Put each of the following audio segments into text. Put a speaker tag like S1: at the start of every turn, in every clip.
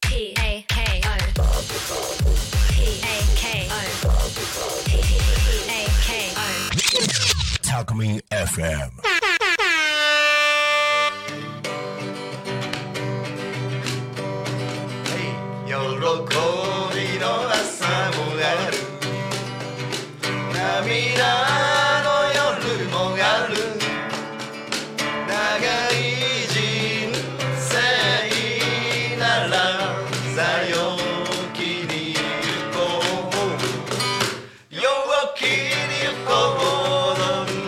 S1: P A K O. P A K O. P A K O.
S2: Talk Me FM.
S3: 喜びの朝もある涙の夜もある長い人生ならさよきに行こう陽気に行こうど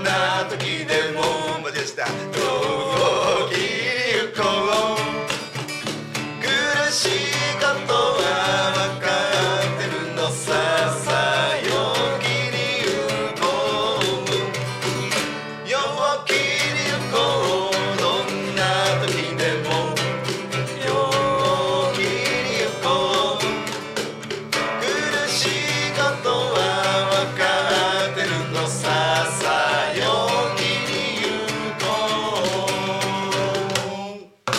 S3: んな時でも無事した陽気に行こう苦しいことは分かってるのささ陽気に行こう陽気に行こうどんな時でも陽気に行こう苦しいことは分かってるのささ陽気に行こう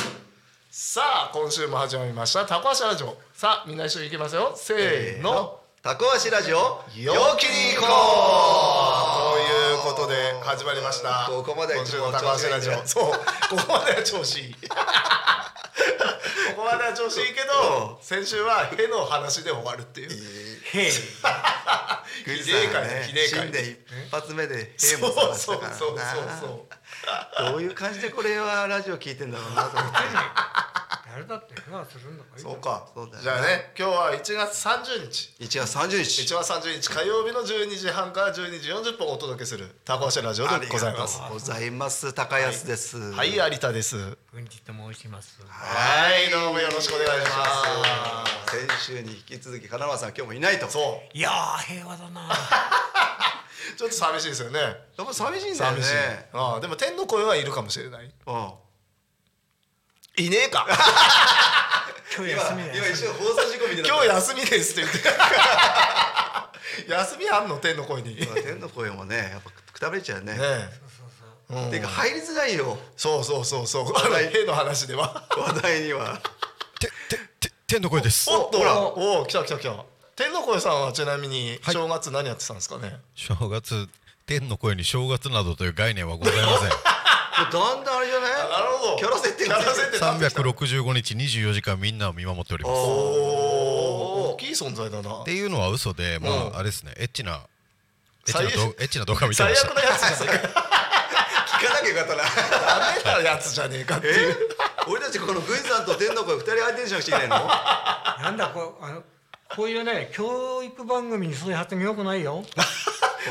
S4: さあ今週も始まりましたタコ足ラジオさあみんな一緒に行きますよせ
S3: せ
S4: ー
S3: ー
S4: の、
S3: のタコ足ラジオ陽気に行
S4: と
S3: こ
S4: いうことで始まりました
S3: ここまではい
S4: 今
S3: つ
S4: 週
S3: も
S4: の高橋ラジオ
S3: 調子がいいね
S4: そうここまでは調子いいここまでは調子いいけど先週は「へ」の話で終わるっていう「 へ」
S3: う
S4: 比例会だ比例会
S3: 新年一発目で
S4: そう
S3: 平も
S4: そう
S3: 探し
S4: そう
S3: たからな
S4: そうそう
S3: どういう感じでこれはラジオ聞いてんだろうなと思って
S5: 誰だってなするんだからいいんだ
S4: そ
S5: よ
S4: うか
S3: そうだよね
S4: じゃあね今日は1月30日
S3: 1月30日
S4: 1月30日火曜日の12時半から12時40分お届けするタコ足ラジオでございます
S3: ありがとうございます高安です
S4: はい有田です
S5: 軍事と申します
S4: はいどうもよろしくお願いしま
S3: 先週に引き続き金村さん今日もいないと
S4: すそう
S5: いやー平和だな
S4: ちょっと寂しいですよね。
S3: やっぱ寂しいんだよ
S4: 寂
S3: ね
S4: しい。ああ、でも天の声はいるかもしれない。
S3: うん
S4: いねえか。
S5: 今日
S3: 今
S5: 休みだ
S3: 今
S5: よ
S3: 一瞬放送事故みたいな
S4: 今日休みですって 言って。休みあんの天の声に。ね
S3: 天の声もねやっぱくたびれちゃうね
S4: え。うん
S3: ていうか入りづらいよ
S4: そうそうそうそう。 あの兵の話では。
S3: 話題に は
S2: て、て、て、天の声です。
S4: おっ
S3: ほ
S4: とほ
S3: ら
S4: ら。おお来た来た来た。天の声さんはちなみに正月何やってたんですかね。
S2: 正月、天の声に正月などという概念はございません。
S3: だんだんあれじゃない
S4: なるほど。
S3: キャラ設定
S4: キ
S3: が
S4: ャラ設定
S2: 三
S4: 立っ
S2: 百
S4: てきた。
S2: 六十五日二十四時間みんなを見守っております。っ
S4: おお
S3: お
S4: 大きい存在だな
S2: て。いうのは嘘で、ま
S4: うん
S2: あ、あれですね、エッチな。エッチ
S4: 最
S2: な
S4: 悪
S2: 動画エッチな動画見て
S4: 最
S2: ま
S4: 悪
S2: した。
S4: なやつじゃねえか。
S3: 聞かなきゃよかったな
S4: ダメなやつじゃねえかっていう。
S3: 俺たちこのグイさんと天の声二人相手にしなくちゃいけ ないの
S5: なんだこうあのこういうね教育番組にそういう発言よくないよ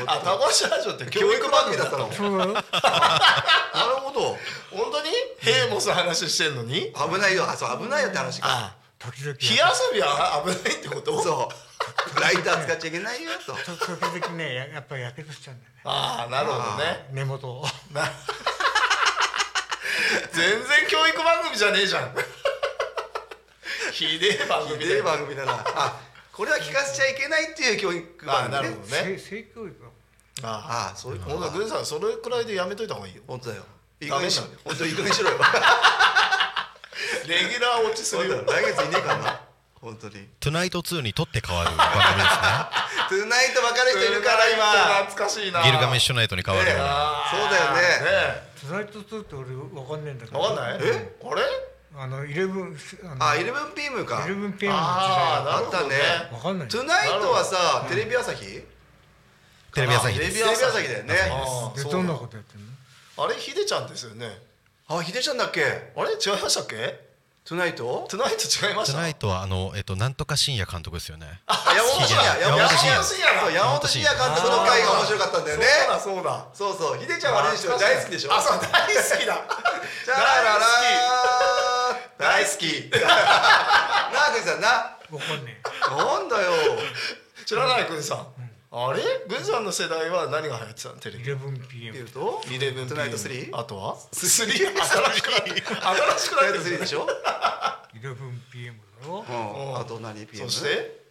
S4: あ、タコシラジオって教
S3: 教
S4: 育
S3: 育
S4: 番
S3: 番
S4: 組
S3: 組だっ
S4: だっ
S3: たた
S4: の
S3: の
S5: そうだよ
S3: なるほど
S4: 本当にヘイモス話してんのに
S3: 危ないよあそう危ないよって話か
S4: あ
S5: 時々
S4: 火遊びは危ないってこと
S3: そうライター使っちゃいけないよと
S5: と時々ねややっぱりやけどしちゃうんだよね
S4: ああなるほどね
S5: 根元を
S4: な全然教育番組じゃねえじゃん ひでえ番組
S3: ひ
S4: だ
S3: でえ
S4: よ
S3: 番組だなあこれは聞かせちゃいけないっていう教育番
S4: あ
S3: 組
S4: なる
S3: ね
S4: ほど
S5: 性
S4: ね
S5: 性教育は
S4: あ
S3: あそういう
S4: あ
S3: こと
S4: ほんと
S3: だ
S4: グンさんそれくらいでやめといた方がいいよ
S3: 本当だよいい
S4: ダ
S3: 加
S4: メ
S3: 減
S4: な
S3: し
S4: のよ
S3: 本当いい加減しろよ
S4: レギュラー落ちす
S3: 本
S4: る
S3: 当だ
S4: よ
S3: よ 来月いねえかな本当に
S2: トゥナイト2にとって変わる番組ですね。
S3: トゥナイト分かる人いるから今
S4: 懐かし いな
S2: ギルガメッシュナイトに変わるような。
S4: あー
S3: そうだよね
S5: トゥナイト2って俺わかんねえんだけど
S4: わかんない
S3: え
S4: あれ
S5: あのイレブン
S3: あイレブンピームか
S5: イレブンピアノの時代
S4: あ
S5: が
S4: あなるほど
S3: あっ
S4: ね
S3: たね
S5: わかんない
S3: トゥナイトはさテレビ朝日
S2: テレビ朝日
S3: テ
S2: で
S3: レ
S2: す。
S3: ビ朝日だよね
S4: あー
S5: で
S4: そう
S5: どんなことやってんの
S4: あれヒデちゃんですよね
S3: あヒデちゃんだっけ
S4: あれ違いましたっけ
S3: トゥナイト
S4: トゥナイト違いま
S2: ト
S4: し
S2: ゥ
S4: た
S2: ナイトはあのえっとなんとか深夜監督ですよね。
S3: あ山本慎
S2: いや
S3: 也
S2: 山本
S4: 慎也
S3: そう山本慎也監督の回が面白かったんだよね
S4: そうだそうだ
S3: そうそうヒデちゃんはあれでしょ大好きでしょ
S4: あそう大好き だ
S3: チャラララー大好きなあグイさんな
S5: わかんねえ
S3: なんだよ
S4: 知らない軍さんあれ軍さんの世代は何が流行ってたのテレビ
S3: っていう
S5: 11PM
S3: と
S4: イレブン
S3: トゥナイト3
S4: あとは3新しくな 新しくな
S3: トゥナイ
S4: って
S3: ト3でし
S4: ょ
S3: ょ
S5: 11PM だろ
S3: う
S5: あ
S3: んあと何 PM
S4: そして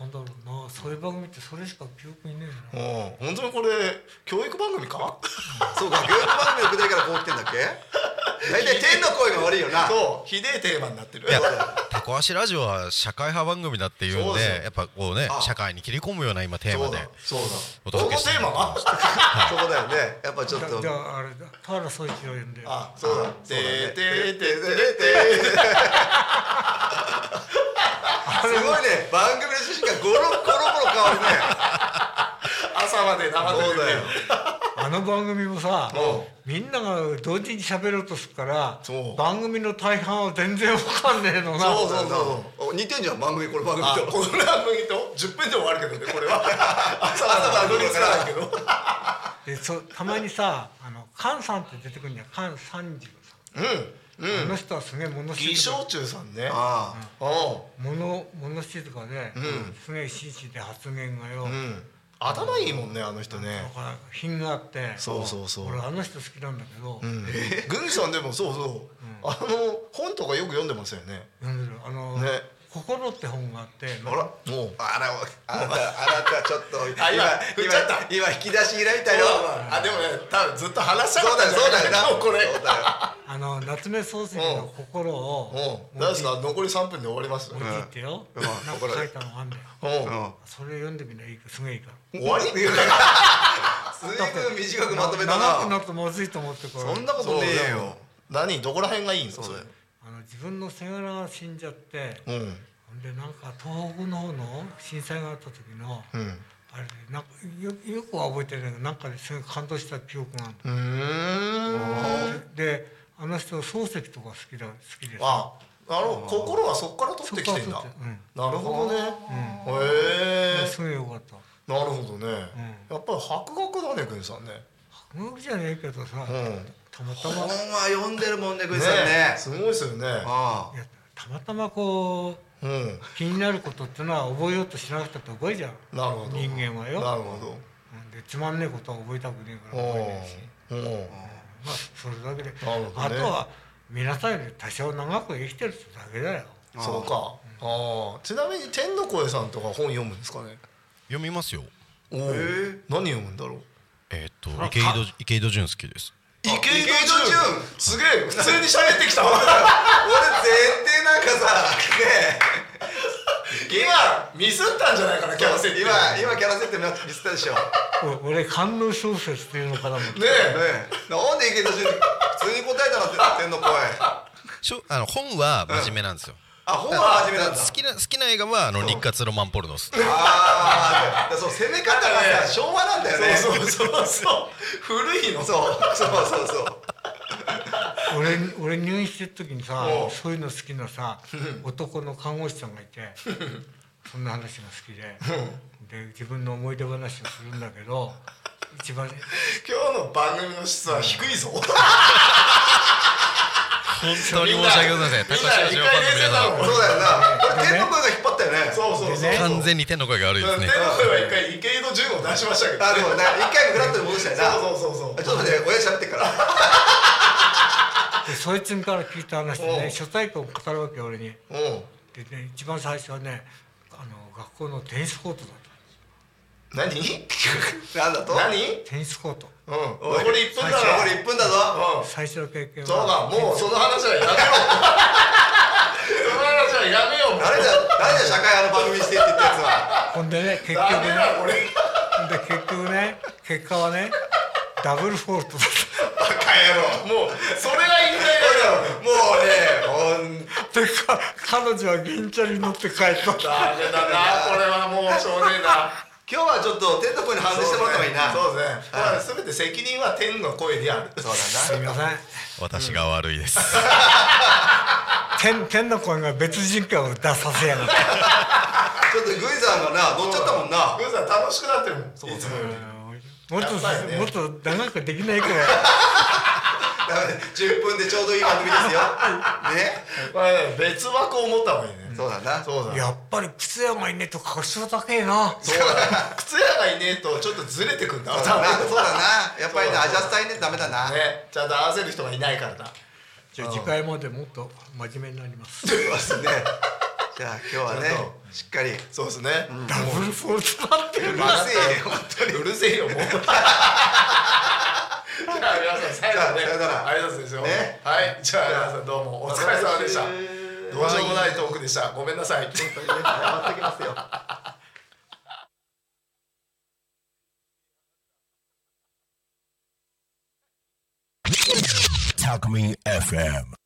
S5: となんだろうなそういう番組ってそれしか記憶にね
S4: うん本当にこれ教育番組か
S3: そうか、教育番組のくだりからこう来てんだっけ大体天の声が悪いよな。
S4: そうひでえテーマになってる
S2: いや、小足ラジオは社会派番組だっていうん
S3: そう
S2: で
S3: ですよ
S2: やっぱこうね
S3: あ
S2: 社会に切り込むような今テー
S3: そ
S2: マ
S3: う
S2: で
S3: だそうだ
S2: お
S3: そこ
S2: 届
S3: テ
S2: けして
S3: ーマがそこだよねやっぱちょっ
S5: だ
S3: と
S5: じゃああれだ田原総一郎呼んで
S3: あそうだそうだね
S4: てーてーてーて
S3: すごいね番組の趣旨がゴロゴロゴロ変わるね
S4: 朝まで生
S3: そうだよ
S5: あの番組もさみんなが同時に喋ろうとするから
S4: そう
S5: 番組の大半は全然わかんねえのな
S3: そうそうそうお似てんじゃん番組これ番組
S4: あ
S3: と
S4: この番組と10分で終わるけどねこれは朝まで番組つかないけど
S5: でそたまにさあの菅さんって出てくるんじゃん菅三十
S4: うん
S5: さん、
S4: う
S5: あ
S4: ん
S5: の人はすげえ物静
S4: 義
S5: か
S4: 承中さんね
S3: ああ
S4: お
S5: 物物静かで、
S4: ん
S5: すげえ真摯で発言がよ、
S4: ううん頭いいもんねあの人ね
S5: なんか品があって
S4: そうそうそう
S5: 俺あの人好きなんだけど、
S4: うん郡司さんでもそうそうあの本とかよく読んでますよね
S5: 読んでるあの、
S4: ね
S5: 心って本があって
S3: あら
S4: もう
S3: あらあなたあなたちょっと
S4: あ今振っちゃった
S3: 今今引き出し開いたよ
S4: あでもね多分ずっと話した
S3: そうだよそうだよな
S4: これ
S3: そうだよ
S5: あの夏目漱石の心を
S4: うん何ですか残り3分で終わります
S5: 持ち入ってよ、
S3: うん
S5: なんか書いたのがあんだよ
S4: うん
S5: それ読んでみないいかすげえいいから
S4: 終わり
S3: ずいぶん短くまとめた
S5: 長くな
S3: な
S5: るとまずいと思ってこれ
S3: そんなことねえよ
S4: 何どこら辺がいいの
S3: そうだよ
S5: あの自分のせがらが死んじゃって
S4: うん
S5: ほんでなんか東北の方の震災があった時の、
S4: うん
S5: あれでなんかよよくは覚えてないけどなんかですごい感動した記憶がある
S4: うーん
S5: であの人漱石とか好きだ好きです
S4: あなるほど心はそこから取ってきてん
S5: そ
S4: だ
S5: っから取って
S4: なるほどねへえ
S5: すごいよかった
S4: なるほどねやっぱり博学だねくんさんね
S5: 白学じゃねえけどさ、
S4: うん
S5: たまた
S3: 本
S5: ま
S3: は
S5: い
S3: 読んでるもんねグリさんね
S4: すごいですよね
S3: あ
S5: やたまたまこう
S4: うん
S5: 気になることってのは覚えようとしなくたって覚えちゃう
S4: なるほど
S5: 人間はよ
S4: なるほど
S5: うんでつまんねえことは覚えたくねえから覚えねえし
S4: うんうん
S5: まあそれだけで、
S4: なるほ
S5: あ
S4: ど
S5: と
S4: ね
S5: は皆さんより多少長く生きてるってだけだよ
S4: そうかああちなみに天の声さんとか本読むんですかね
S2: 読みますよ
S4: おお何読むんだろう
S2: えーっと池井戸池井戸潤好きです
S4: 池井戸
S3: 池井戸
S4: 潤
S3: 潤
S4: すげえ普通に喋ってきた
S3: 俺絶対なんかさね
S4: 今ミスったんじゃないかなキャラ設定
S3: 今今キャラ設定ミスったでしょね
S5: お俺官能小説っていうのかなもん
S4: ね
S3: えなんで池田潤普通に答えたなって天の声あ
S2: しょあの本は真面目なんですよ
S3: 本は初め なんだ
S2: 好きな好きな映画はあの日活ロマンポルノス
S3: ああそう攻め方がさ昭和なんだよね
S4: えそうそうそう古いの
S3: そうそうそうそう
S5: 俺に俺入院してる時にさ
S4: おう
S5: そういうの好きなさ男の看護師さんがいてそんな話が好きでで自分の思い出話をするんだけど一番
S4: 今日の番組の質は低いぞ
S2: 本当に申し訳ございません
S4: みんな
S2: 高橋ラジオファンの皆さん
S4: みんな
S3: そ
S4: 一回冷静なの
S3: うだよなこれ天の声が引っ張ったよね
S4: そうそうそう
S5: でね
S4: 天の
S2: 完全に手の声が悪いですね
S4: 声は一回池井戸潤を出しましたけど
S3: あでもな一回もフラットに戻したよな
S4: そうそうそうそう
S3: ちょっとね親父喋ってっから
S5: でそいつから聞いた話で
S4: おう
S5: ね初体験を語るわけよ俺に
S4: うん
S5: でね一番最初はねあの学校のテニスコートだっ
S3: な
S4: 何
S3: んだと
S4: 何うん
S5: たテニスコート
S4: 残り1分だ
S3: 最初
S4: な
S3: 残り1分だぞ
S4: うん
S5: 最初の経験は
S4: そうだもうその話はやめろ その話はやめよう
S3: 誰だ誰だ社会派の番組にしてって言ったやつは
S5: ほんでね結 局
S4: ダメ
S5: ね
S4: だこれ
S5: で結局ね結果はねダブルフォールトだっ
S3: バカ野郎
S4: もうそれが言いたいだよ
S3: もうねほん
S5: たでか彼女は銀チャリに乗って帰った
S4: ダメだなこれはもうしょうねえな
S3: 今日はちょっと天の声に反省してもらった方がいいな
S4: そうですねそうですねこれは全て責任は天の声である
S3: そう
S5: す
S3: だ
S5: み
S3: な
S5: ません
S2: 私が悪いです
S5: 天天の声が別人格を出させやがって
S3: ちょっとグイさんがな乗っちゃったもんな
S4: グーさん楽しくなってるもんいつもより
S5: もっと
S4: やっぱりね
S5: もっと長くできないから
S3: ダメだ10分でちょうどいい番組ですよね
S4: まあ別枠を持った方がいいね
S3: そうだな
S4: そうだ
S5: やっぱり靴屋がいねえと格調高えな
S4: そうだ 靴屋がいねえとちょっとずれてくんだ
S3: そうだなそうだなやっぱりねアジャスタイねダメだな
S4: ねちゃんと合わせる人がいないからだ
S5: じゃあ次回までもっと真面目になります
S3: そうですねじゃあ今日はね
S4: ちょっ
S3: しっかり
S4: そうですね
S5: ダブルフォールトだって
S3: う
S5: る
S3: る
S5: な
S3: せえよ
S4: うるせえよもう じゃあ皆さん最後まで
S3: じゃあさよなら
S4: ありがとうございます
S3: ね
S4: はいじゃあ皆さんどうもお疲れ様でした
S3: えー
S4: どうしようもないトークでしたごめんなさい
S6: 謝ってきますよ
S2: タクミ FM